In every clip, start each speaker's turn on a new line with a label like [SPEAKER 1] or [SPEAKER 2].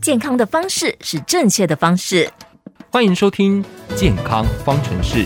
[SPEAKER 1] 健康的方式是正确的方式。
[SPEAKER 2] 欢迎收听《健康方程式》。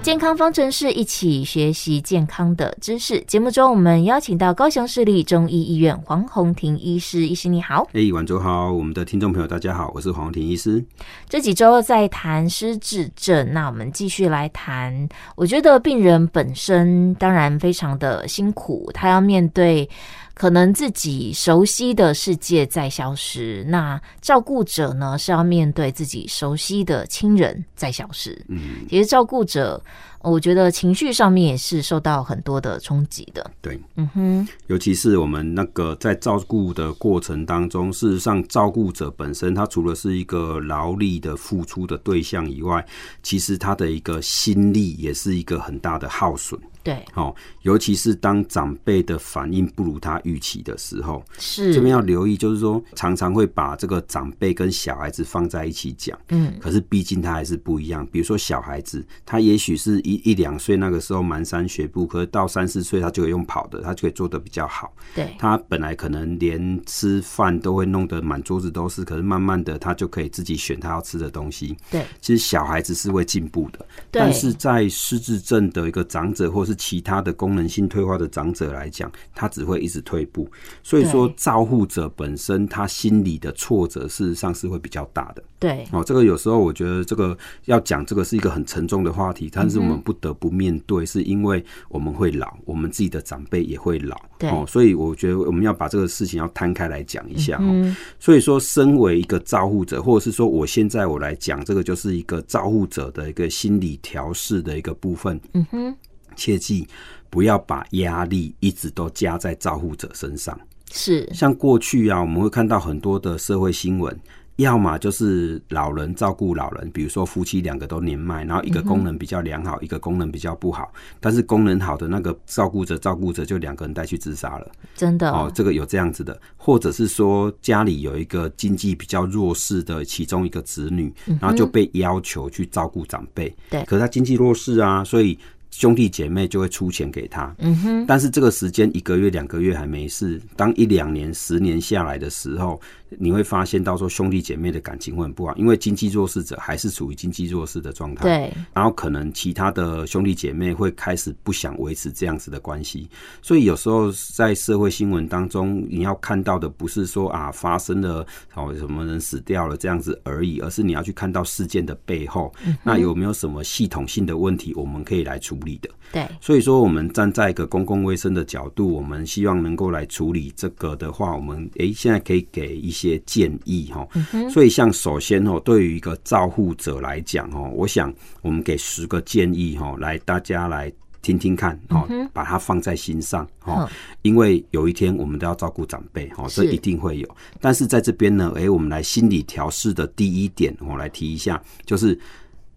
[SPEAKER 1] 健康方程式一起学习健康的知识。节目中，我们邀请到高雄市立中医医院黄宏庭医师，医师你好。
[SPEAKER 3] 哎，晚周好，我们的听众朋友大家好，我是黄宏庭医师。
[SPEAKER 1] 这几周在谈失智症，那我们继续来谈。我觉得病人本身当然非常的辛苦，他要面对可能自己熟悉的世界在消失，那照顾者呢是要面对自己熟悉的亲人在消失。
[SPEAKER 3] 嗯，
[SPEAKER 1] 其实照顾者，呃我觉得情绪上面也是受到很多的冲击的。
[SPEAKER 3] 对，
[SPEAKER 1] 嗯哼，
[SPEAKER 3] 尤其是我们那个在照顾的过程当中，事实上照顾者本身，他除了是一个劳力的付出的对象以外，其实他的一个心力也是一个很大的耗损。
[SPEAKER 1] 对，
[SPEAKER 3] 哦，尤其是当长辈的反应不如他预期的时候，
[SPEAKER 1] 是
[SPEAKER 3] 这边要留意，就是说常常会把这个长辈跟小孩子放在一起讲。
[SPEAKER 1] 嗯，
[SPEAKER 3] 可是毕竟他还是不一样。比如说小孩子，他也许是一一两岁那个时候蹒跚学步，可是到三四岁他就可以用跑的，他就可以做的比较好。
[SPEAKER 1] 对，
[SPEAKER 3] 他本来可能连吃饭都会弄得满桌子都是，可是慢慢的他就可以自己选他要吃的东西。
[SPEAKER 1] 对，
[SPEAKER 3] 其实小孩子是会进步的，
[SPEAKER 1] 对
[SPEAKER 3] 但是在失智症的一个长者或是其他的功能性退化的长者来讲，他只会一直退步。所以说
[SPEAKER 1] 对，
[SPEAKER 3] 照护者本身他心理的挫折，事实上是会比较大的。
[SPEAKER 1] 对，
[SPEAKER 3] 哦，这个有时候我觉得这个要讲这个是一个很沉重的话题，但是我
[SPEAKER 1] 嗯
[SPEAKER 3] 们
[SPEAKER 1] 哼
[SPEAKER 3] 不得不面对，是因为我们会老，我们自己的长辈也会老，
[SPEAKER 1] 对
[SPEAKER 3] 哦，所以我觉得我们要把这个事情要摊开来讲一下。哦，
[SPEAKER 1] 嗯，
[SPEAKER 3] 所以说，身为一个照护者，或者是说我现在我来讲，这个就是一个照护者的一个心理调试的一个部分，
[SPEAKER 1] 嗯哼，
[SPEAKER 3] 切记不要把压力一直都加在照护者身上。
[SPEAKER 1] 是，
[SPEAKER 3] 像过去啊，我们会看到很多的社会新闻，要么就是老人照顾老人，比如说夫妻两个都年迈，然后一
[SPEAKER 1] 嗯
[SPEAKER 3] 个功能比较良好，一个功能比较不好，但是功能好的那个照顾者照顾者就两个人带去自杀了。
[SPEAKER 1] 真的，
[SPEAKER 3] 哦，这个有这样子的，或者是说家里有一个经济比较弱势的其中一个子女，然后就被要求去照顾长辈，
[SPEAKER 1] 嗯对
[SPEAKER 3] 可是他经济弱势啊，所以。兄弟姐妹就会出钱给他，
[SPEAKER 1] 嗯哼，
[SPEAKER 3] 但是这个时间一个月、两个月还没事，当一两年、十年下来的时候，你会发现到说兄弟姐妹的感情会很不好，因为经济弱势者还是处于经济弱势的状态。。
[SPEAKER 1] 对，
[SPEAKER 3] 然后可能其他的兄弟姐妹会开始不想维持这样子的关系，所以有时候在社会新闻当中，你要看到的不是说啊发生了哦什么人死掉了这样子而已，而是你要去看到事件的背后，
[SPEAKER 1] 嗯
[SPEAKER 3] 那有没有什么系统性的问题我们可以来处理的。
[SPEAKER 1] 对，
[SPEAKER 3] 所以说，我们站在一个公共卫生的角度，我们希望能够来处理这个的话，我们诶现在可以给一些建议哈。所以，像首先哦，对于一个照护者来讲哦，我想我们给十个建议哈，来大家来。听听看，哦，把它放在心上，哦
[SPEAKER 1] 嗯，
[SPEAKER 3] 因为有一天我们都要照顾长辈，哦，这
[SPEAKER 1] 是
[SPEAKER 3] 一定会有。但是在这边呢，诶、我们来心理调试的第一点，我来提一下，就是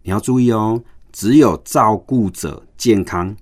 [SPEAKER 3] 你要注意哦，只有照顾者健康，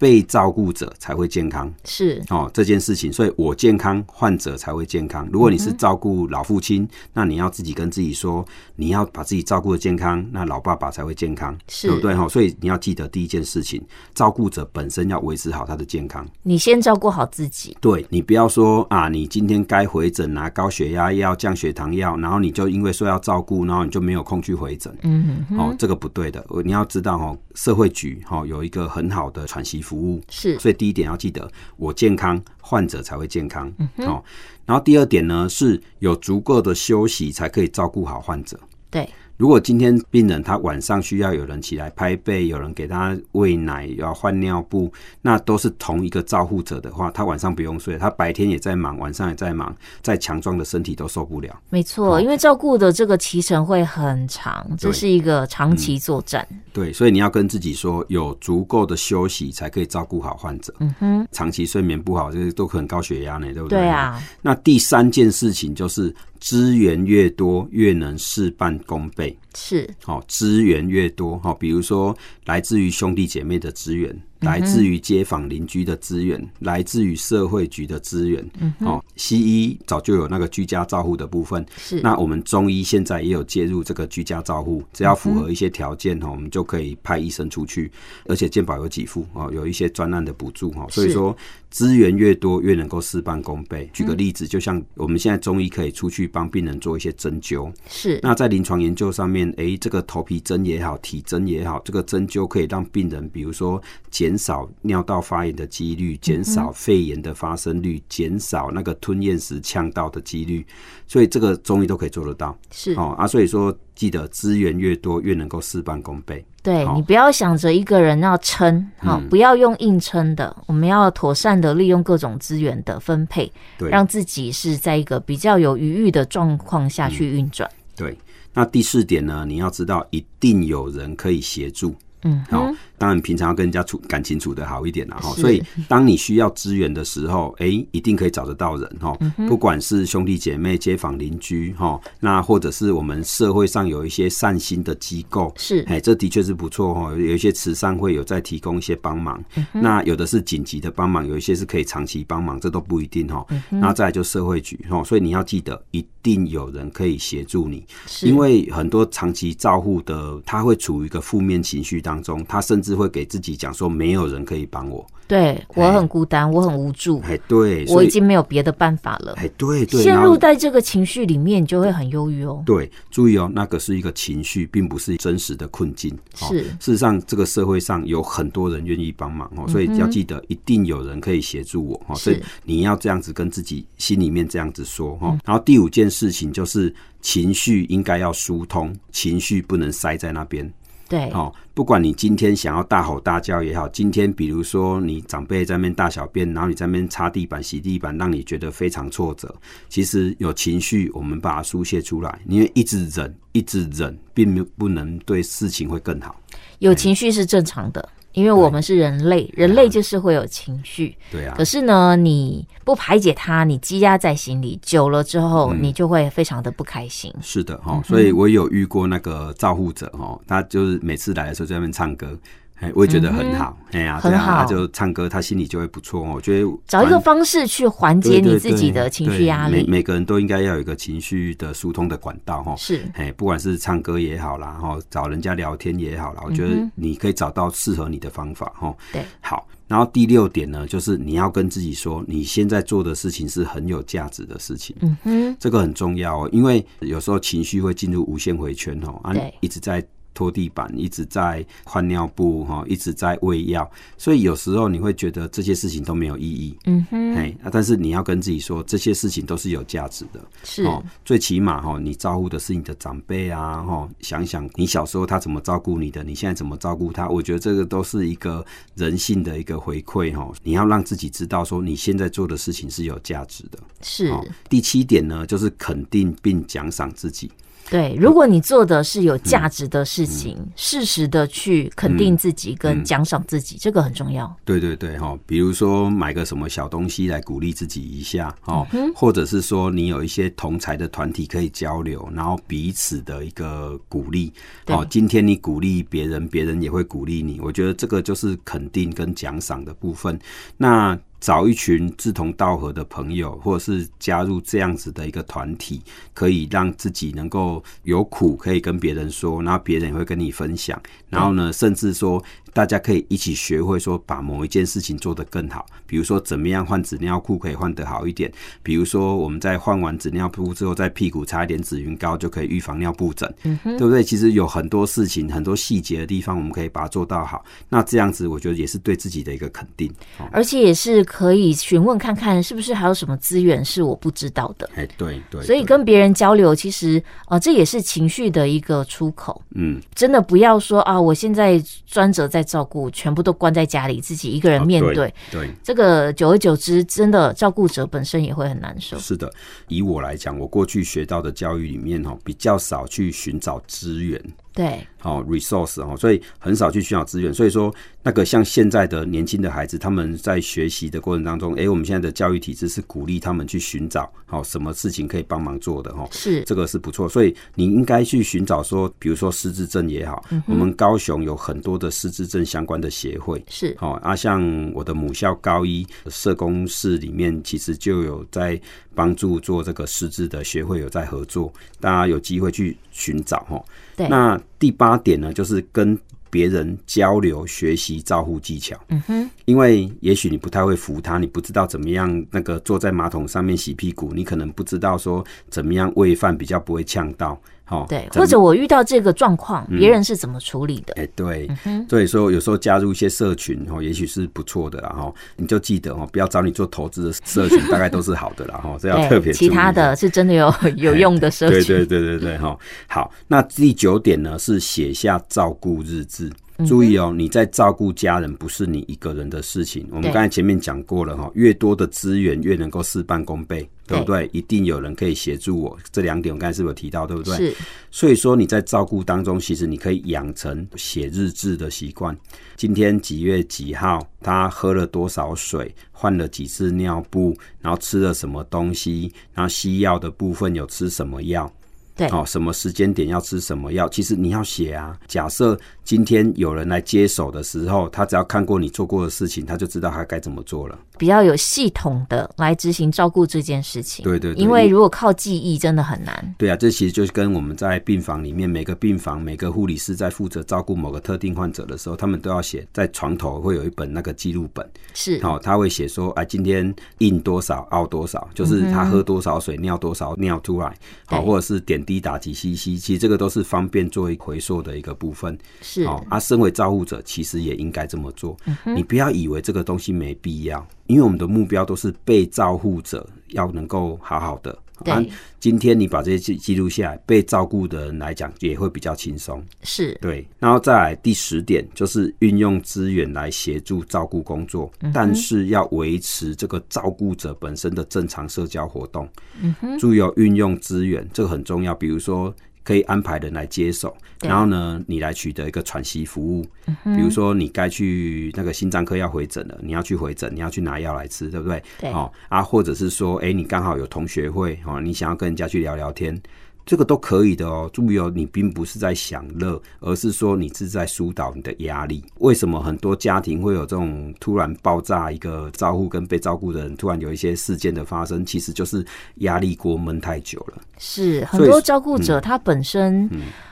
[SPEAKER 3] 被照顾者才会健康
[SPEAKER 1] 是，
[SPEAKER 3] 哦。这件事情，所以我健康，患者才会健康。如果你
[SPEAKER 1] 嗯
[SPEAKER 3] 是照顾老父亲，那你要自己跟自己说，你要把自己照顾的健康，那老爸爸才会健康，
[SPEAKER 1] 是
[SPEAKER 3] 对不对？哈、所以你要记得第一件事情，照顾者本身要维持好他的健康。
[SPEAKER 1] 你先照顾好自己，
[SPEAKER 3] 对你不要说啊，你今天该回诊拿高血压药、降血糖药，然后你就因为说要照顾，然后你就没有空去回诊。
[SPEAKER 1] 嗯哼，
[SPEAKER 3] 哦，这个不对的。呃你要知道哦，社会局哦有一个很好的喘息服务，
[SPEAKER 1] 是，
[SPEAKER 3] 所以第一点要记得，我健康，患者才会健康。
[SPEAKER 1] 嗯
[SPEAKER 3] 哦，然后第二点呢，是有足够的休息才可以照顾好患者。
[SPEAKER 1] 对，
[SPEAKER 3] 如果今天病人他晚上需要有人起来拍背，有人给他喂奶，要换尿布，那都是同一个照护者的话，他晚上不用睡，他白天也在忙，晚上也在忙，再强壮的身体都受不了。
[SPEAKER 1] 没错，因为照顾的这个期程会很长，这
[SPEAKER 3] 对嗯
[SPEAKER 1] 是一个长期作战，
[SPEAKER 3] 对，所以你要跟自己说，有足够的休息才可以照顾好患者。
[SPEAKER 1] 嗯哼，
[SPEAKER 3] 长期睡眠不好，这个都很高血压呢，对不对？
[SPEAKER 1] 对。啊，
[SPEAKER 3] 那第三件事情就是资源越多，越能事半功倍。
[SPEAKER 1] 是，嗯
[SPEAKER 3] 好、哦，资源越多，好、比如说来自于兄弟姐妹的资源，来自于街坊邻居的资源，来自于社会局的资源。
[SPEAKER 1] 嗯
[SPEAKER 3] 哦，西医早就有那个居家照护的部分，
[SPEAKER 1] 是
[SPEAKER 3] 那我们中医现在也有介入这个居家照护，只要符合一些条件哈、我们就可以派医生出去，而且健保有给付哦，有一些专案的补助哈，所以
[SPEAKER 1] 是
[SPEAKER 3] 说资源越多越能够事半功倍。举个
[SPEAKER 1] 嗯
[SPEAKER 3] 例子，就像我们现在中医可以出去帮病人做一些针灸，
[SPEAKER 1] 是
[SPEAKER 3] 那在临床研究上面，诶，这个头皮针也好，体针也好，这个针灸可以让病人，比如说减少尿道发炎的几率，减少肺炎的发生率，减少那个吞咽时呛到的几率，所以这个中医都可以做得到。
[SPEAKER 1] 是，
[SPEAKER 3] 哦啊，所以说记得资源越多，越能够事半功倍。
[SPEAKER 1] 对
[SPEAKER 3] 好嗯
[SPEAKER 1] 你不要想着一个人要撑，好、不要用硬撑的，我们要妥善的利用各种资源的分配，
[SPEAKER 3] 对，
[SPEAKER 1] 让自己是在一个比较有余裕的状况下去运转。
[SPEAKER 3] 对，那第四点呢，你要知道一定有人可以协助。
[SPEAKER 1] 嗯，
[SPEAKER 3] 好、当然平常要跟人家处感情处得好一点啦，哈、
[SPEAKER 1] 是
[SPEAKER 3] 所以当你需要资源的时候，哎、一定可以找得到人，哈、
[SPEAKER 1] 嗯
[SPEAKER 3] 不管是兄弟姐妹、街坊邻居，哈、那或者是我们社会上有一些善心的机构，
[SPEAKER 1] 是
[SPEAKER 3] 哎，这的确是不错哈、有一些慈善会有在提供一些帮忙，
[SPEAKER 1] 嗯
[SPEAKER 3] 那有的是紧急的帮忙，有一些是可以长期帮忙，这都不一定哈、
[SPEAKER 1] 嗯
[SPEAKER 3] 那再来就社会局哦哈、所以你要记得，一定有人可以协助你，
[SPEAKER 1] 是
[SPEAKER 3] 因为很多长期照护的，他会处于一个负面情绪当中，他甚至会给自己讲说，没有人可以帮我。
[SPEAKER 1] 对我很孤单，我很无助，
[SPEAKER 3] 哎，对，
[SPEAKER 1] 我
[SPEAKER 3] 所
[SPEAKER 1] 已
[SPEAKER 3] 以
[SPEAKER 1] 经没有别的办法了。
[SPEAKER 3] 哎，对对，
[SPEAKER 1] 陷
[SPEAKER 3] 然
[SPEAKER 1] 入
[SPEAKER 3] 后
[SPEAKER 1] 在这个情绪里面，你就会很忧郁哦。
[SPEAKER 3] 对，注意哦，那个是一个情绪，并不是真实的困境。哦
[SPEAKER 1] 是
[SPEAKER 3] 事实上，这个社会上有很多人愿意帮忙哦，所以要记得一定有人可以协助我哦，所以
[SPEAKER 1] 嗯是
[SPEAKER 3] 你要这样子跟自己心里面这样子说
[SPEAKER 1] 嗯
[SPEAKER 3] 哦。然后第五件事情就是情绪应该要疏通，情绪不能塞在那边。
[SPEAKER 1] 对，
[SPEAKER 3] 哦，不管你今天想要大吼大叫也好，今天比如说你长辈在那边大小便，然后你在那边擦地板、洗地板，让你觉得非常挫折。其实有情绪，我们把它疏泄出来，因为一直忍，一直忍，并没有不能对事情会更好。
[SPEAKER 1] 有情绪是正常的，因为我们是人类，人
[SPEAKER 3] 啊
[SPEAKER 1] 类就是会有情绪。
[SPEAKER 3] 对啊
[SPEAKER 1] 可，是呢，你不排解它，你积压在心里，久了之后，你就会非常的不开心。
[SPEAKER 3] 是的
[SPEAKER 1] 嗯
[SPEAKER 3] 哈、哦，所以我有遇过那个照护者哦，他就是每次来的时候在那边唱歌。哎，我也觉得很好，哎呀、这
[SPEAKER 1] 嗯很
[SPEAKER 3] 样他
[SPEAKER 1] 好
[SPEAKER 3] 就唱歌，他心里就会不错哦。我觉得
[SPEAKER 1] 找一个
[SPEAKER 3] 蛮
[SPEAKER 1] 方式去缓解
[SPEAKER 3] 对对
[SPEAKER 1] 你自己
[SPEAKER 3] 对
[SPEAKER 1] 的情
[SPEAKER 3] 对
[SPEAKER 1] 绪压力，
[SPEAKER 3] 每每个人都应该要有一个情绪的疏通的管道哈。
[SPEAKER 1] 是
[SPEAKER 3] 哎，不管是唱歌也好啦，哈，找人家聊天也好啦，我觉得你可以找到适合你的方法哈。
[SPEAKER 1] 嗯对，
[SPEAKER 3] 好，然后第六点呢，就是你要跟自己说，你现在做的事情是很有价值的事情。
[SPEAKER 1] 嗯哼，
[SPEAKER 3] 这个很重要哦，因为有时候情绪会进入无限回圈哦，啊
[SPEAKER 1] 对，
[SPEAKER 3] 一直在拖地板，一直在换尿布哈，一直在喂药，所以有时候你会觉得这些事情都没有意义。
[SPEAKER 1] 嗯哼，
[SPEAKER 3] 哎、啊但是你要跟自己说，这些事情都是有价值的。
[SPEAKER 1] 是
[SPEAKER 3] 哦，最起码哈、哦，你照顾的是你的长辈啊，哈、哦，想想你小时候他怎么照顾你的，你现在怎么照顾他，我觉得这个都是一个人性的一个回馈哈、哦。你要让自己知道说，你现在做的事情是有价值的。
[SPEAKER 1] 是，
[SPEAKER 3] 哦，第七点呢，就是肯定并奖赏自己。
[SPEAKER 1] 对。如果你做的是有价值的事情，适时的去肯定自己跟奖赏自己，这个很重要。
[SPEAKER 3] 对对对，哈，比如说买个什么小东西来鼓励自己一下，哦，或者是说你有一些同才的团体可以交流，然后彼此的一个鼓励，哦
[SPEAKER 1] 对，
[SPEAKER 3] 今天你鼓励别人，别人也会鼓励你，我觉得这个就是肯定跟奖赏的部分。那找一群志同道合的朋友，或者是加入这样子的一个团体，可以让自己能够有苦可以跟别人说，然后别人也会跟你分享，然后呢，甚至说大家可以一起学会说把某一件事情做得更好，比如说怎么样换纸尿裤可以换得好一点，比如说我们在换完纸尿裤之后，在屁股擦一点紫云膏就可以预防尿布疹，
[SPEAKER 1] 嗯
[SPEAKER 3] 对不对？其实有很多事情、很多细节的地方，我们可以把它做到好。那这样子，我觉得也是对自己的一个肯定。哦
[SPEAKER 1] 而且也是可以询问看看，是不是还有什么资源是我不知道的。
[SPEAKER 3] 哎，对对，
[SPEAKER 1] 所以
[SPEAKER 3] 对
[SPEAKER 1] 跟别人交流，其实呃，这也是情绪的一个出口。
[SPEAKER 3] 嗯，
[SPEAKER 1] 真的不要说啊，我现在专责在照顾，全部都关在家里，自己一个人
[SPEAKER 3] 啊
[SPEAKER 1] 面对
[SPEAKER 3] 对。对，
[SPEAKER 1] 这个久而久之，真的照顾者本身也会很难受。
[SPEAKER 3] 是的。以我来讲，我过去学到的教育里面哦，比较少去寻找资源，
[SPEAKER 1] 对，
[SPEAKER 3] 哦 resource 哦，所以很少去寻找资源。所以说，那个像现在的年轻的孩子，他们在学习的过程当中，诶、我们现在的教育体制是鼓励他们去寻找好、哦、什么事情可以帮忙做的哦，
[SPEAKER 1] 是
[SPEAKER 3] 这个是不错。所以你应该去寻找说，比如说失智症也好，我们高雄有很多的失智症相关的协会。
[SPEAKER 1] 是，
[SPEAKER 3] 好、哦、啊，像我的母校高一社工室里面，其实就有在帮助做这个失智的学会有在合作，大家有机会去寻找哈、哦。
[SPEAKER 1] 对，
[SPEAKER 3] 那第八点呢，就是跟别人交流、学习照护技巧。
[SPEAKER 1] 嗯哼，
[SPEAKER 3] 因为也许你不太会扶他，你不知道怎么样那个坐在马桶上面洗屁股，你可能不知道说怎么样喂饭比较不会呛到。好、
[SPEAKER 1] 对，
[SPEAKER 3] 怎
[SPEAKER 1] 或
[SPEAKER 3] 么
[SPEAKER 1] 者我遇到这个状况，
[SPEAKER 3] 嗯
[SPEAKER 1] 别人是怎么处理的？
[SPEAKER 3] 哎、对，
[SPEAKER 1] 嗯
[SPEAKER 3] 所以说有时候加入一些社群哦，也许是不错的啦哈。你就记得哦，不要找你做投资的社群，大概都是好的啦哈，这要特别
[SPEAKER 1] 对，其
[SPEAKER 3] 注意
[SPEAKER 1] 他的是真的 有有用的社
[SPEAKER 3] 对
[SPEAKER 1] 群，
[SPEAKER 3] 对对对对哈。好，那第九点呢是写下照顾日
[SPEAKER 1] 嗯
[SPEAKER 3] 志。注意哦，你在照顾家人不是你一个人的事情。我们
[SPEAKER 1] 对
[SPEAKER 3] 刚才前面讲过了哈，越多的资源越能够事半功倍，对不对？一定有人可以协助我。这两点我刚才是不是有提到，对不对？
[SPEAKER 1] 是
[SPEAKER 3] 所以说你在照顾当中，其实你可以养成写日志的习惯。今天几月几号，他喝了多少水，换了几次尿布，然后吃了什么东西，然后西药的部分有吃什么药。
[SPEAKER 1] 对
[SPEAKER 3] 哦，什么时间点要吃什么药？其实你要写啊。假设今天有人来接手的时候，他只要看过你做过的事情，他就知道他该怎么做了。
[SPEAKER 1] 比较有系统的来执行照顾这件事情。
[SPEAKER 3] 对对对
[SPEAKER 1] 因为如果靠记忆真的很难。
[SPEAKER 3] 对啊，这其实就是跟我们在病房里面每个病房每个护理师在负责照顾某个特定患者的时候，他们都要写在床头会有一本那个记录本，
[SPEAKER 1] 是，
[SPEAKER 3] 好、他会写说，哎，今天硬多少，凹多少，就是他喝多少水，尿多少尿出来，好、
[SPEAKER 1] 嗯对
[SPEAKER 3] 或者是点滴打几 CC，其实这个都是方便做一回溯的一个部分。
[SPEAKER 1] 是，嗯
[SPEAKER 3] 哦，啊，身为照护者，其实也应该这么做。你不要以为这个东西没必要，因为我们的目标都是被照护者要能够好好的。
[SPEAKER 1] 对
[SPEAKER 3] 啊，今天你把这些记记录下来，被照顾的人来讲也会比较轻松。
[SPEAKER 1] 是，
[SPEAKER 3] 对，然后再来第十点就是运用资源来协助照顾工作，
[SPEAKER 1] 嗯
[SPEAKER 3] 但是要维持这个照顾者本身的正常社交活动。
[SPEAKER 1] 嗯哼，
[SPEAKER 3] 注意哦，运用资源这个很重要。比如说，可以安排人来接手，
[SPEAKER 1] 对
[SPEAKER 3] 然后呢，你来取得一个喘息服务。比
[SPEAKER 1] 嗯
[SPEAKER 3] 如说，你该去那个心脏科要回诊了，你要去回诊，你要去拿药来吃，对不对？
[SPEAKER 1] 对，
[SPEAKER 3] 哦啊，或者是说，哎、你刚好有同学会哦，你想要跟人家去聊聊天。这个都可以的哦，注意哦，你并不是在享乐，而是说你是在疏导你的压力。为什么很多家庭会有这种突然爆炸一个照顾跟被照顾的人突然有一些事件的发生？其实就是压力锅闷太久了。
[SPEAKER 1] 是很
[SPEAKER 3] 所以
[SPEAKER 1] 多
[SPEAKER 3] 是嗯
[SPEAKER 1] 照顾者他本身，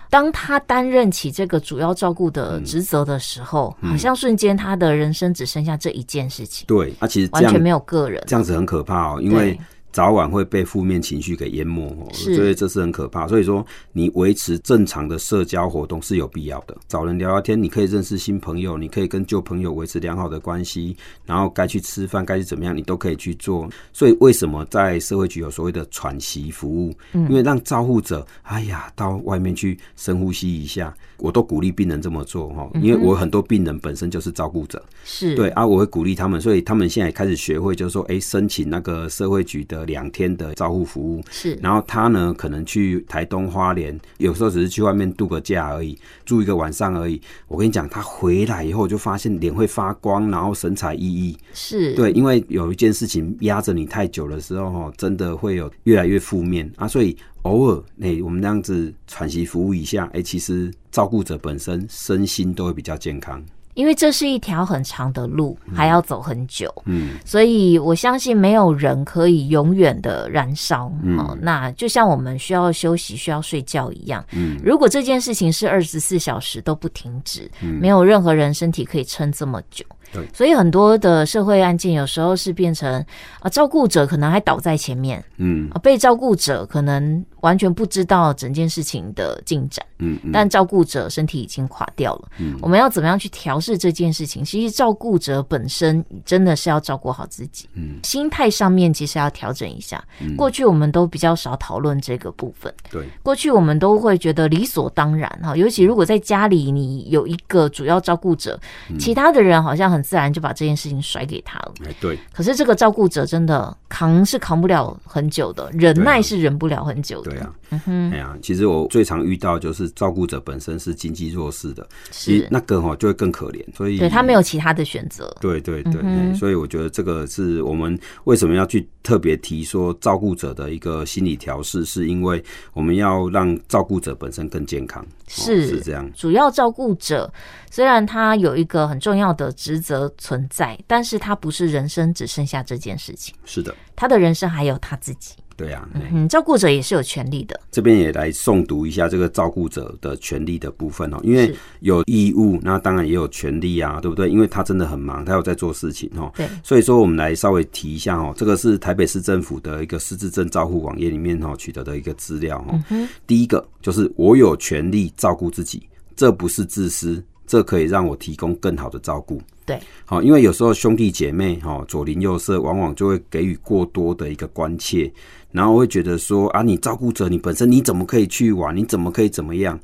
[SPEAKER 1] 当他担任起这个主要照顾的职责的时候，好像瞬间他的人生只剩下这一件事情，
[SPEAKER 3] 嗯对，啊，其实这
[SPEAKER 1] 完
[SPEAKER 3] 样
[SPEAKER 1] 全没有个人。
[SPEAKER 3] 这样子很可怕哦，因为
[SPEAKER 1] 对
[SPEAKER 3] 早晚会被负面情绪给淹没哦，我
[SPEAKER 1] 是
[SPEAKER 3] 觉得这是很可怕。所以说，你维持正常的社交活动是有必要的。找人聊聊天，你可以认识新朋友，你可以跟旧朋友维持良好的关系，然后该去吃饭，该去怎么样，你都可以去做。所以为什么在社会局有所谓的喘息服务？
[SPEAKER 1] 嗯
[SPEAKER 3] 因为让照护者，哎呀，到外面去深呼吸一下，我都鼓励病人这么做哦，
[SPEAKER 1] 嗯
[SPEAKER 3] 因为我很多病人本身就是照顾者，
[SPEAKER 1] 是，
[SPEAKER 3] 对啊，我会鼓励他们，所以他们现在也开始学会，就是说，哎、申请那个社会局的两天的照护服务，
[SPEAKER 1] 是，
[SPEAKER 3] 然后他呢，可能去台东花莲，有时候只是去外面度个假而已，住一个晚上而已。我跟你讲，他回来以后就发现脸会发光，然后神采奕奕。
[SPEAKER 1] 是，
[SPEAKER 3] 对，因为有一件事情压着你太久的时候，哦，真的会有越来越负面啊，所以偶尔，哎、我们那样子喘息服务一下，哎、其实照顾者本身身心都会比较健康。
[SPEAKER 1] 因为这是一条很长的路，还要走很久，
[SPEAKER 3] 嗯，
[SPEAKER 1] 所以我相信没有人可以永远的燃烧。哦，那就像我们需要休息、需要睡觉一样，嗯，如果这件事情是二十四小时都不停止，没有任何人身体可以撑这么久。
[SPEAKER 3] 对
[SPEAKER 1] 所以很多的社会案件有时候是变成啊，照顾者可能还倒在前面，
[SPEAKER 3] 嗯
[SPEAKER 1] 啊，被照顾者可能完全不知道整件事情的进展。
[SPEAKER 3] 嗯嗯，
[SPEAKER 1] 但照顾者身体已经垮掉了。我们要怎么样去调试这件事情？其实照顾者本身真的是要照顾好自己，
[SPEAKER 3] 嗯
[SPEAKER 1] 心态上面其实要调整一下。过去我们都比较少讨论这个部分，
[SPEAKER 3] 对。
[SPEAKER 1] 过去我们都会觉得理
[SPEAKER 3] 嗯
[SPEAKER 1] 所当然哈，尤其如果在家里你有一个主要照顾者，其他的人好像很很自然就把这件事情甩给他了。
[SPEAKER 3] 哎，对，
[SPEAKER 1] 可是这个照顾者真的扛是扛不了很久的，忍耐
[SPEAKER 3] 对啊
[SPEAKER 1] 是忍不了很久的。
[SPEAKER 3] 对啊，
[SPEAKER 1] 嗯哼，
[SPEAKER 3] 哎呀，其实我最常遇到就是照顾者本身是经济弱势的，其实
[SPEAKER 1] 是，
[SPEAKER 3] 那哦个哈就会更可怜，所以
[SPEAKER 1] 对他没有其他的选择。
[SPEAKER 3] 对对对、
[SPEAKER 1] 嗯哼
[SPEAKER 3] 嘿所以我觉得这个是我们为什么要去特别提说照顾者的一个心理调试，是因为我们要让照顾者本身更健康，哦
[SPEAKER 1] 是
[SPEAKER 3] 是这样，
[SPEAKER 1] 主要照顾者虽然他有一个很重要的职责存在，但是他不是人生只剩下这件事情，
[SPEAKER 3] 是的，
[SPEAKER 1] 他的人生还有他自己。
[SPEAKER 3] 对啊，嘿
[SPEAKER 1] 嗯，照顾者也是有权利的，
[SPEAKER 3] 这边也来诵读一下这个照顾者的权利的部分哦，因为
[SPEAKER 1] 是
[SPEAKER 3] 有义务，那当然也有权利啊，对不对？因为他真的很忙，他有在做事情哦。
[SPEAKER 1] 对，
[SPEAKER 3] 所以说，我们来稍微提一下哦，这个是台北市政府的一个失智症照护网页里面哦取得的一个资料哦。第一个就是我有权利照顾自己，这不是自私，这可以让我提供更好的照顾。
[SPEAKER 1] 对，
[SPEAKER 3] 好，因为有时候兄弟姐妹哈左邻右舍，往往就会给予过多的一个关切，然后会觉得说啊，你照顾者你本身你怎么可以去玩，你怎么可以怎么样？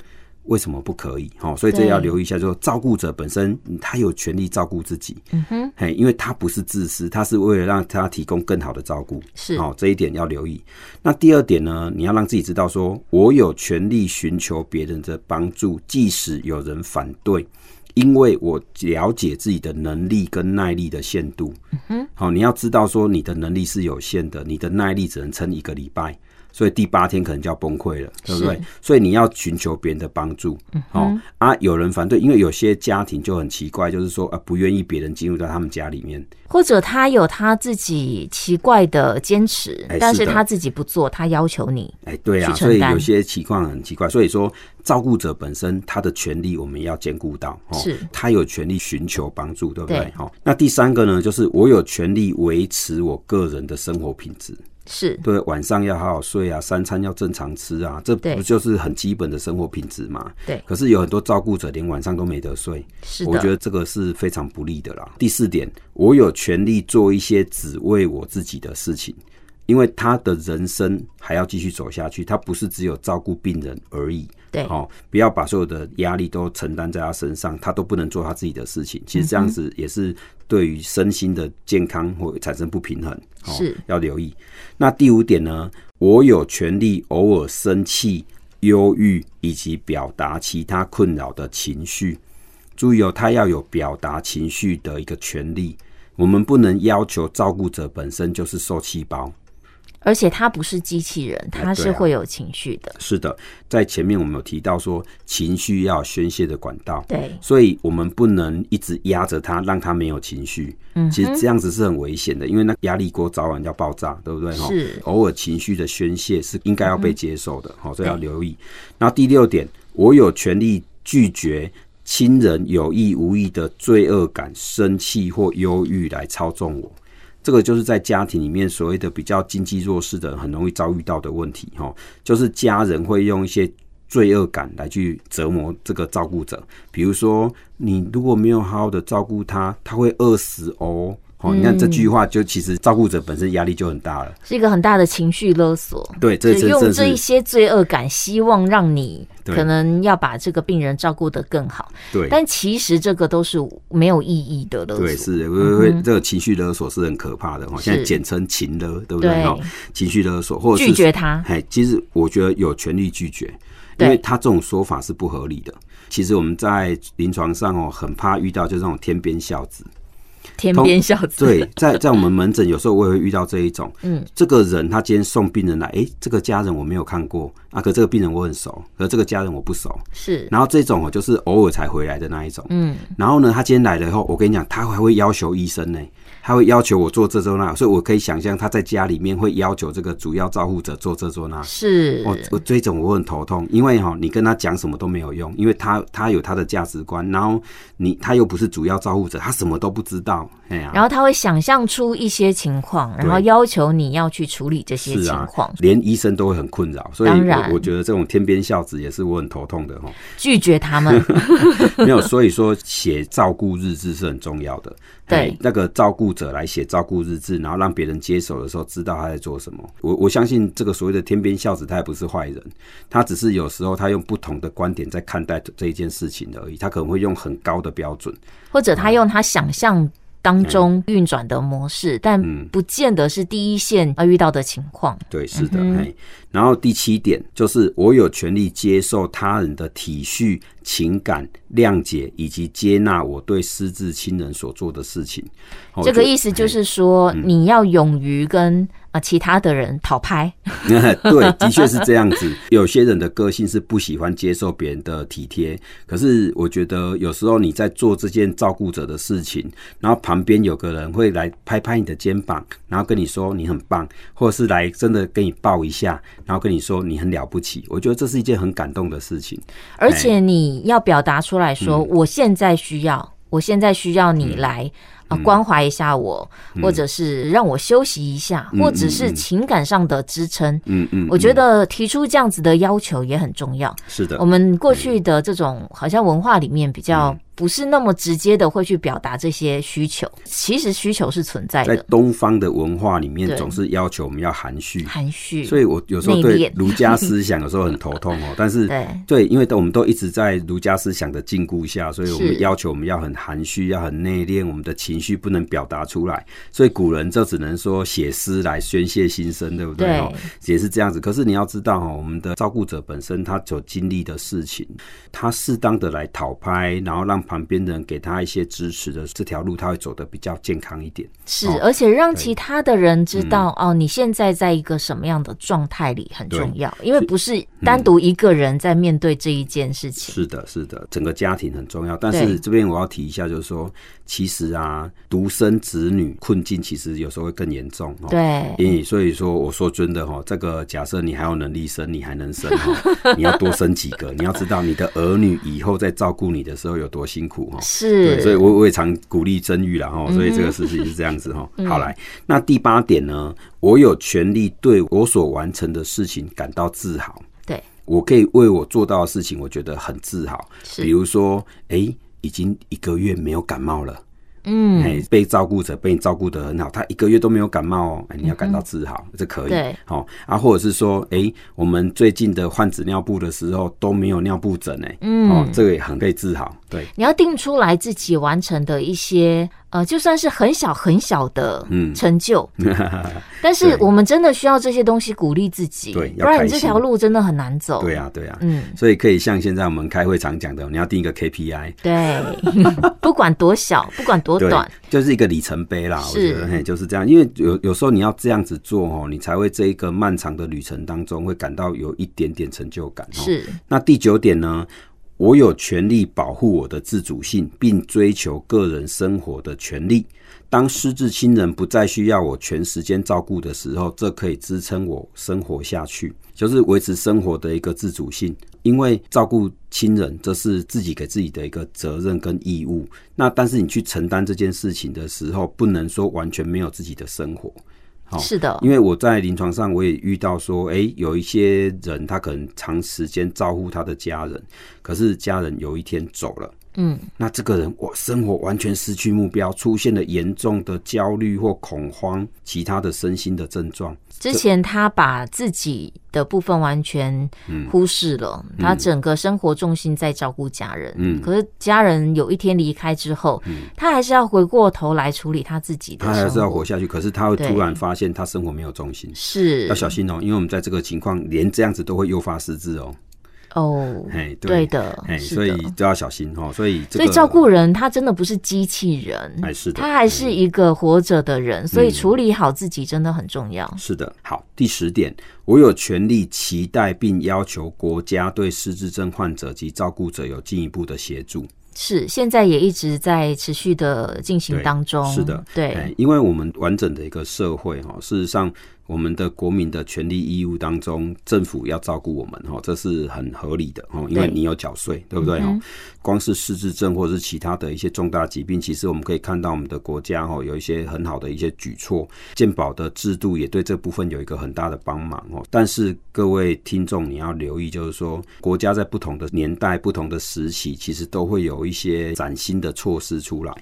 [SPEAKER 3] 为什么不可以？哈，所以这
[SPEAKER 1] 对
[SPEAKER 3] 要留意一下，就是照顾者本身嗯他有权利照顾自己，
[SPEAKER 1] 嗯哼，
[SPEAKER 3] 嘿，因为他不是自私，他是为了让他提供更好的照顾，
[SPEAKER 1] 是
[SPEAKER 3] 哦，这一点要留意。那第二点呢，你要让自己知道说，我有权利寻求别人的帮助，即使有人反对，因为我了解自己的能力跟耐力的限度。嗯好、你要知道说你的能力是有限的，你的耐力只能撑一个礼拜。所以第八天可能就要崩溃了，对不对
[SPEAKER 1] 是？嗯
[SPEAKER 3] 所以你要寻求别人的帮助。哦啊，有人反对，因为有些家庭就很奇怪，就是说啊，不愿意别人进入到他们家里面。
[SPEAKER 1] 或者他有他自己奇怪的坚持，
[SPEAKER 3] 哎
[SPEAKER 1] 但
[SPEAKER 3] 是
[SPEAKER 1] 是
[SPEAKER 3] 的
[SPEAKER 1] 他自己不做，他要求你，
[SPEAKER 3] 哎，对啊，
[SPEAKER 1] 去承
[SPEAKER 3] 所以
[SPEAKER 1] 担
[SPEAKER 3] 有些情况很奇怪。所以说，照顾者本身他的权利我们要兼顾到，哦
[SPEAKER 1] 是
[SPEAKER 3] 他有权利寻求帮助，对不对
[SPEAKER 1] 对？
[SPEAKER 3] 好、那第三个呢，就是我有权利维持我个人的生活品质。
[SPEAKER 1] 是
[SPEAKER 3] 对，晚上要好好睡啊，三餐要正常吃啊，这
[SPEAKER 1] 对
[SPEAKER 3] 不就是很基本的生活品质嘛？
[SPEAKER 1] 对
[SPEAKER 3] 可是有很多照顾者连晚上都没得睡，
[SPEAKER 1] 是
[SPEAKER 3] 我觉
[SPEAKER 1] 的，
[SPEAKER 3] 得这个是非常不利的啦。第四点，我有权利做一些只为我自己的事情，因为他的人生还要继续走下去，他不是只有照顾病人而已。
[SPEAKER 1] 对，
[SPEAKER 3] 哦，不要把所有的压力都承担在他身上，他都不能做他自己的事情。其实
[SPEAKER 1] 嗯
[SPEAKER 3] 这样子也是对于身心的健康会产生不平衡，哦、
[SPEAKER 1] 是
[SPEAKER 3] 要留意。那第五点呢，我有权利偶尔生气、忧郁以及表达其他困扰的情绪。注意哦，他要有表达情绪的一个权利。我们不能要求照顾者本身就是受气包，
[SPEAKER 1] 而且他不是机器人，
[SPEAKER 3] 哎
[SPEAKER 1] 他
[SPEAKER 3] 对
[SPEAKER 1] 是
[SPEAKER 3] 啊
[SPEAKER 1] 会有情绪的，
[SPEAKER 3] 是的，在前面我们有提到说，情绪要有宣泄的管道，
[SPEAKER 1] 对，
[SPEAKER 3] 所以我们不能一直压着他，让他没有情绪。
[SPEAKER 1] 嗯
[SPEAKER 3] 其实
[SPEAKER 1] 哼，
[SPEAKER 3] 这样子是很危险的，因为那压力锅早晚要爆炸，对不对？哈
[SPEAKER 1] 是嗯
[SPEAKER 3] 偶尔情绪的宣泄是应该要被接受的，好、所以要留意。然后第六点，我有权利拒绝亲人有意无意的罪恶感、生气或忧郁来操纵我。这个就是在家庭里面所谓的比较经济弱势的人很容易遭遇到的问题，哈、就是家人会用一些罪恶感来去折磨这个照顾者，比如说你如果没有好好的照顾他，他会饿死
[SPEAKER 1] 嗯
[SPEAKER 3] 哦。哦，你看这句话就其实照顾者本身压力就很大了，
[SPEAKER 1] 是一个很大的情绪勒索。
[SPEAKER 3] 对，这
[SPEAKER 1] 就
[SPEAKER 3] 这
[SPEAKER 1] 用
[SPEAKER 3] 这
[SPEAKER 1] 这一
[SPEAKER 3] 是
[SPEAKER 1] 些罪恶感，希望让你
[SPEAKER 3] 对
[SPEAKER 1] 可能要把这个病人照顾得更好，
[SPEAKER 3] 对。
[SPEAKER 1] 但其实这个都是没有意义的勒索。
[SPEAKER 3] 对，是会会这个情绪勒索是很可怕的哈，哦现在
[SPEAKER 1] 是
[SPEAKER 3] 简称情勒，对不
[SPEAKER 1] 对
[SPEAKER 3] 对？哈，情绪勒索或者是
[SPEAKER 1] 拒绝他，
[SPEAKER 3] 哎，其实我觉得有权利拒绝，
[SPEAKER 1] 对
[SPEAKER 3] 因为他这种说法是不合理的。其实我们在临床上哦，很怕遇到就这种天边孝子，
[SPEAKER 1] 天
[SPEAKER 3] 通
[SPEAKER 1] 边孝 子。
[SPEAKER 3] 对，在在我们门诊有时候我也会遇到这一种，
[SPEAKER 1] 嗯，
[SPEAKER 3] 这个人他今天送病人来，诶，这个家人我没有看过啊，可这个病人我很熟，可这个家人我不熟，
[SPEAKER 1] 是，
[SPEAKER 3] 然后这种哦就是偶尔才回来的那一种，
[SPEAKER 1] 嗯，
[SPEAKER 3] 然后呢，他今天来了以后，我跟你讲，他还会要求医生呢，他会要求我做这做那，所以我可以想象他在家里面会要求这个主要照护者做这做那。
[SPEAKER 1] 是，
[SPEAKER 3] 我我这种我很头痛，因为哈、你跟他讲什么都没有用，因为他他有他的价值观，然后你他又不是主要照护者，他什么都不知道，哎呀、
[SPEAKER 1] 然后他会想象出一些情况，然后要求你要去处理这些
[SPEAKER 3] 是
[SPEAKER 1] 情
[SPEAKER 3] 啊
[SPEAKER 1] 况，，
[SPEAKER 3] 连医生都会很困扰，所以
[SPEAKER 1] 当然
[SPEAKER 3] 我我觉得这种天边孝子也是我很头 痛的哈。
[SPEAKER 1] 拒绝他 们。
[SPEAKER 3] 没有，所以说写照顾日志是很重要的。
[SPEAKER 1] 对
[SPEAKER 3] 哎那个照顾者来写照顾日志，然后让别人接手的时候知道他在做什么。我我相信这个所谓的天边孝子，他也不是坏人，他只是有时候他用不同的观点在看待这一件事情而已。他可能会用很高的标准，
[SPEAKER 1] 或者他用他想象当中
[SPEAKER 3] 哎
[SPEAKER 1] 运转的模式，
[SPEAKER 3] 嗯
[SPEAKER 1] 但不见得是第一线要遇到的情况。
[SPEAKER 3] 对，是的，
[SPEAKER 1] 嗯
[SPEAKER 3] 嘿。然后第七点就是，我有权利接受他人的体恤、情感、谅解，以及接纳我对失智亲人所做的事情。哦
[SPEAKER 1] 这个
[SPEAKER 3] 就嗯
[SPEAKER 1] 意思就是说，你要勇于跟啊其他的人讨
[SPEAKER 3] 哎
[SPEAKER 1] 拍，
[SPEAKER 3] 对，的确是这样子。有些人的个性是不喜欢接受别人的体贴，可是我觉得有时候你在做这件照顾者的事情，然后旁边有个人会来拍拍你的肩膀，然后跟你说你很棒，或者是来真的跟你抱一下，然后跟你说你很了不起。我觉得这是一件很感动的事情。
[SPEAKER 1] 而且你要表达出来说，
[SPEAKER 3] 嗯
[SPEAKER 1] 我现在需要，我现在需要你来。
[SPEAKER 3] 嗯
[SPEAKER 1] 啊，关怀一下我，或者是让我休息一下，或者是情感上的支撑。
[SPEAKER 3] 嗯嗯，
[SPEAKER 1] 我觉
[SPEAKER 3] 嗯
[SPEAKER 1] 得提出这样子的要求也很重要。
[SPEAKER 3] 是的
[SPEAKER 1] 我。们过去的这种好像文化里面比
[SPEAKER 3] 嗯
[SPEAKER 1] 较不是那么直接的会去表达这些需求，其实需求是存在
[SPEAKER 3] 在
[SPEAKER 1] 的，
[SPEAKER 3] 东方的文化里面
[SPEAKER 1] 对，
[SPEAKER 3] 总是要求我们要含蓄，
[SPEAKER 1] 含蓄。
[SPEAKER 3] 所以我有时候
[SPEAKER 1] 嗯内
[SPEAKER 3] 对
[SPEAKER 1] 敛
[SPEAKER 3] 儒家思想有时候很头痛 哦。但是
[SPEAKER 1] 对
[SPEAKER 3] 对，因为都我们都一直在儒家思想的禁锢下，所以我
[SPEAKER 1] 是
[SPEAKER 3] 们要求我们要很含蓄，要很内敛，我们的情绪不能表达出来。所以古人就只能说写诗来宣泄心声，对不对？
[SPEAKER 1] 对
[SPEAKER 3] 哦也是这样子。可是你要知道哦，我们的照顾者本身他所经历的事情，他适当的来讨拍，然后让旁边人给他一些支持的这条路，他会走得比较健康一点。
[SPEAKER 1] 是
[SPEAKER 3] 哦，嗯
[SPEAKER 1] 而且让其他的人知道哦，你现在在一个什么样的状态里很重要，因为不是单独一个人在面对这一件事情。
[SPEAKER 3] 是的，是的，整个家庭很重要。但
[SPEAKER 1] 对
[SPEAKER 3] 是这边我要提一下，就是说，其实啊，独生子女困境其实有时候会更严重哦。
[SPEAKER 1] 对，
[SPEAKER 3] 因为所以说，我说真的哈、这个假设你还有能力生，你还能生哈、你要多生几个，你要知道你的儿女以后在照顾你的时候有多辛苦哈、哦对，所以
[SPEAKER 1] 是
[SPEAKER 3] 我我也常鼓励生育了哈，所以这个事情是这样子哈。
[SPEAKER 1] 嗯
[SPEAKER 3] 好来，那第八点呢，我有权利对我所完成的事情感到自豪。
[SPEAKER 1] 对，
[SPEAKER 3] 我可以为我做到的事情，我觉得很自豪。比
[SPEAKER 1] 是，
[SPEAKER 3] 如说，哎、已经一个月没有感冒了。
[SPEAKER 1] 嗯，
[SPEAKER 3] 哎、被照顾者被你照顾得很好，他一个月都没有感冒哦，哎，你要感到自豪，这可
[SPEAKER 1] 嗯
[SPEAKER 3] 以。
[SPEAKER 1] 对，
[SPEAKER 3] 好、啊，或者是说，哎、我们最近的换纸尿布的时候都没有尿布疹，哎，
[SPEAKER 1] 嗯
[SPEAKER 3] 哦，这个也很可以自豪，对，
[SPEAKER 1] 你要定出来自己完成的一些呃，就算是很小很小的
[SPEAKER 3] 嗯
[SPEAKER 1] 成 就，但是
[SPEAKER 3] 对
[SPEAKER 1] 我们真的需要这些东西鼓励自己，
[SPEAKER 3] 对
[SPEAKER 1] 不
[SPEAKER 3] 要
[SPEAKER 1] 然你
[SPEAKER 3] 开
[SPEAKER 1] 这
[SPEAKER 3] 心
[SPEAKER 1] 条路真的很难走。
[SPEAKER 3] 对啊，对啊，
[SPEAKER 1] 嗯，
[SPEAKER 3] 所以可以像现在我们开会常讲的，你要定一个 KPI，
[SPEAKER 1] 对， 不管多小，不管多
[SPEAKER 3] 对哦
[SPEAKER 1] 短，，
[SPEAKER 3] 就是一个里程碑啦。我觉
[SPEAKER 1] 是
[SPEAKER 3] 得嘿，就是这样，因为有有时候你要这样子做哦，你才会这一个漫长的旅程当中会感到有一点点成就感。哦。
[SPEAKER 1] 是
[SPEAKER 3] 那第九点呢？我有权利保护我的自主性，并追求个人生活的权利。当失智亲人不再需要我全时间照顾的时候，这可以支撑我生活下去，就是维持生活的一个自主性。因为照顾亲人，这是自己给自己的一个责任跟义务。那但是你去承担这件事情的时候，不能说完全没有自己的生活。好
[SPEAKER 1] 是的，
[SPEAKER 3] 哦因为我在临床上我也遇到说，诶，有一些人他可能长时间照顾他的家人，可是家人有一天走了。
[SPEAKER 1] 嗯，
[SPEAKER 3] 那这个人哇，生活完全失去目标，出现了严重的焦虑或恐慌，其他的身心的症状。
[SPEAKER 1] 之前他把自己的部分完全
[SPEAKER 3] 嗯
[SPEAKER 1] 忽视了，他整个生活重心在照顾家人。
[SPEAKER 3] 嗯
[SPEAKER 1] 可是家人有一天离开之后，他还是要回过头来处理他自己的
[SPEAKER 3] 他还
[SPEAKER 1] 生
[SPEAKER 3] 是要
[SPEAKER 1] 活
[SPEAKER 3] 活下去，可是他会
[SPEAKER 1] 对
[SPEAKER 3] 突然发现他生活没有重心，
[SPEAKER 1] 是
[SPEAKER 3] 要小心哦，因为我们在这个情况，连这样子都会诱发失智哦。
[SPEAKER 1] 哦，
[SPEAKER 3] 哎，
[SPEAKER 1] 对
[SPEAKER 3] 对，
[SPEAKER 1] 的，
[SPEAKER 3] 哎，
[SPEAKER 1] 是
[SPEAKER 3] 所以
[SPEAKER 1] 的
[SPEAKER 3] 都要小心哦。所以这
[SPEAKER 1] 所
[SPEAKER 3] 个
[SPEAKER 1] 以照顾人他真的不是机器人，
[SPEAKER 3] 哎是的，
[SPEAKER 1] 他还是
[SPEAKER 3] 嗯
[SPEAKER 1] 一个活着的人，所以
[SPEAKER 3] 嗯
[SPEAKER 1] 处理好自己真的很重要。
[SPEAKER 3] 是的，好。第十点，我有权利期待并要求国家对失智症患者及照顾者有进一步的协助。
[SPEAKER 1] 是，现在也一直在持续的进行
[SPEAKER 3] 对
[SPEAKER 1] 当中。
[SPEAKER 3] 是的
[SPEAKER 1] 对，
[SPEAKER 3] 哎因为我们完整的一个社会哈，事实上我们的国民的权利义务当中，政府要照顾我们哦，这是很合理的哦，因为
[SPEAKER 1] 对
[SPEAKER 3] 你有缴税，对不对哦？光是失智症或者是其他的一些重大疾病，其实我们可以看到我们的国家哦有一些很好的一些举措，健保的制度也对这部分有一个很大的帮忙哦。但是各位听众你要留意，就是说国家在不同的年代、不同的时期，其实都会有一些崭新的措施出来。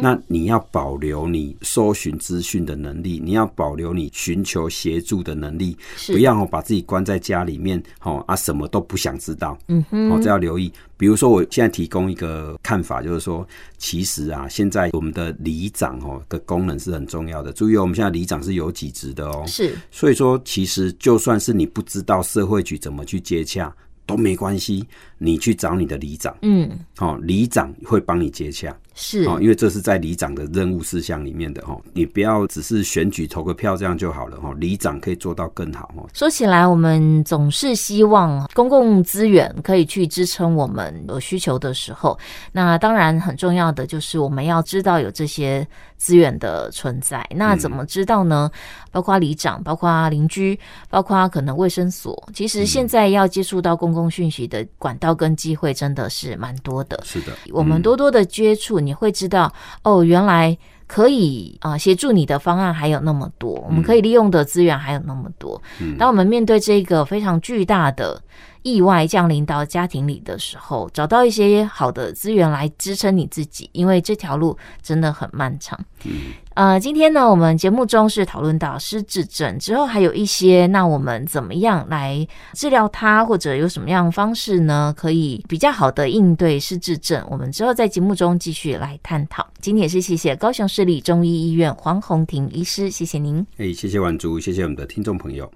[SPEAKER 3] 那你要保留你搜寻资讯的能力，你要保留你寻求协助的能力，
[SPEAKER 1] 是
[SPEAKER 3] 不要、哦、把自己关在家里面哦啊什么都不想知道。
[SPEAKER 1] 嗯哼，
[SPEAKER 3] 哦，这要留意。比如说，我现在提供一个看法，就是说，其实啊，现在我们的里长哦的功能是很重要的。注意、哦，我们现在里长是有几职的哦，
[SPEAKER 1] 是
[SPEAKER 3] 所以说，其实就算是你不知道社会局怎么去接洽都没关系，你去找你的里长，
[SPEAKER 1] 嗯
[SPEAKER 3] 哦，里长会帮你接洽。
[SPEAKER 1] 是
[SPEAKER 3] 哦，因为这是在里长的任务事项里面的哦，你不要只是选举投个票这样就好了哦，里长可以做到更好哦。
[SPEAKER 1] 说起来，我们总是希望公共资源可以去支撑我们有需求的时候。那当然很重要的就是我们要知道有这些资源的存在。
[SPEAKER 3] 嗯
[SPEAKER 1] 那怎么知道呢？包括里长，包括邻居，包括可能卫生所。其
[SPEAKER 3] 嗯
[SPEAKER 1] 实现在要接触到公共讯息的管道跟机会真的是蛮多的。
[SPEAKER 3] 是的，
[SPEAKER 1] 我们多多的接触，你会知道哦，原来可以啊、呃协助你的方案还有那么多，我们可以利用的资源还有那么多。
[SPEAKER 3] 嗯
[SPEAKER 1] 当我们面对这个非常巨大的意外降临到家庭里的时候，找到一些好的资源来支撑你自己，因为这条路真的很漫长。呃，今天呢，我们节目中是讨论到失智症之后，还有一些，那我们怎么样来治疗它，或者有什么样的方式呢，可以比较好的应对失智症？我们之后在节目中继续来探讨。今天也是谢谢高雄市立中医医院黄宏庭医师，谢谢您。
[SPEAKER 3] 哎、谢谢婉竹，谢谢我们的听众朋友。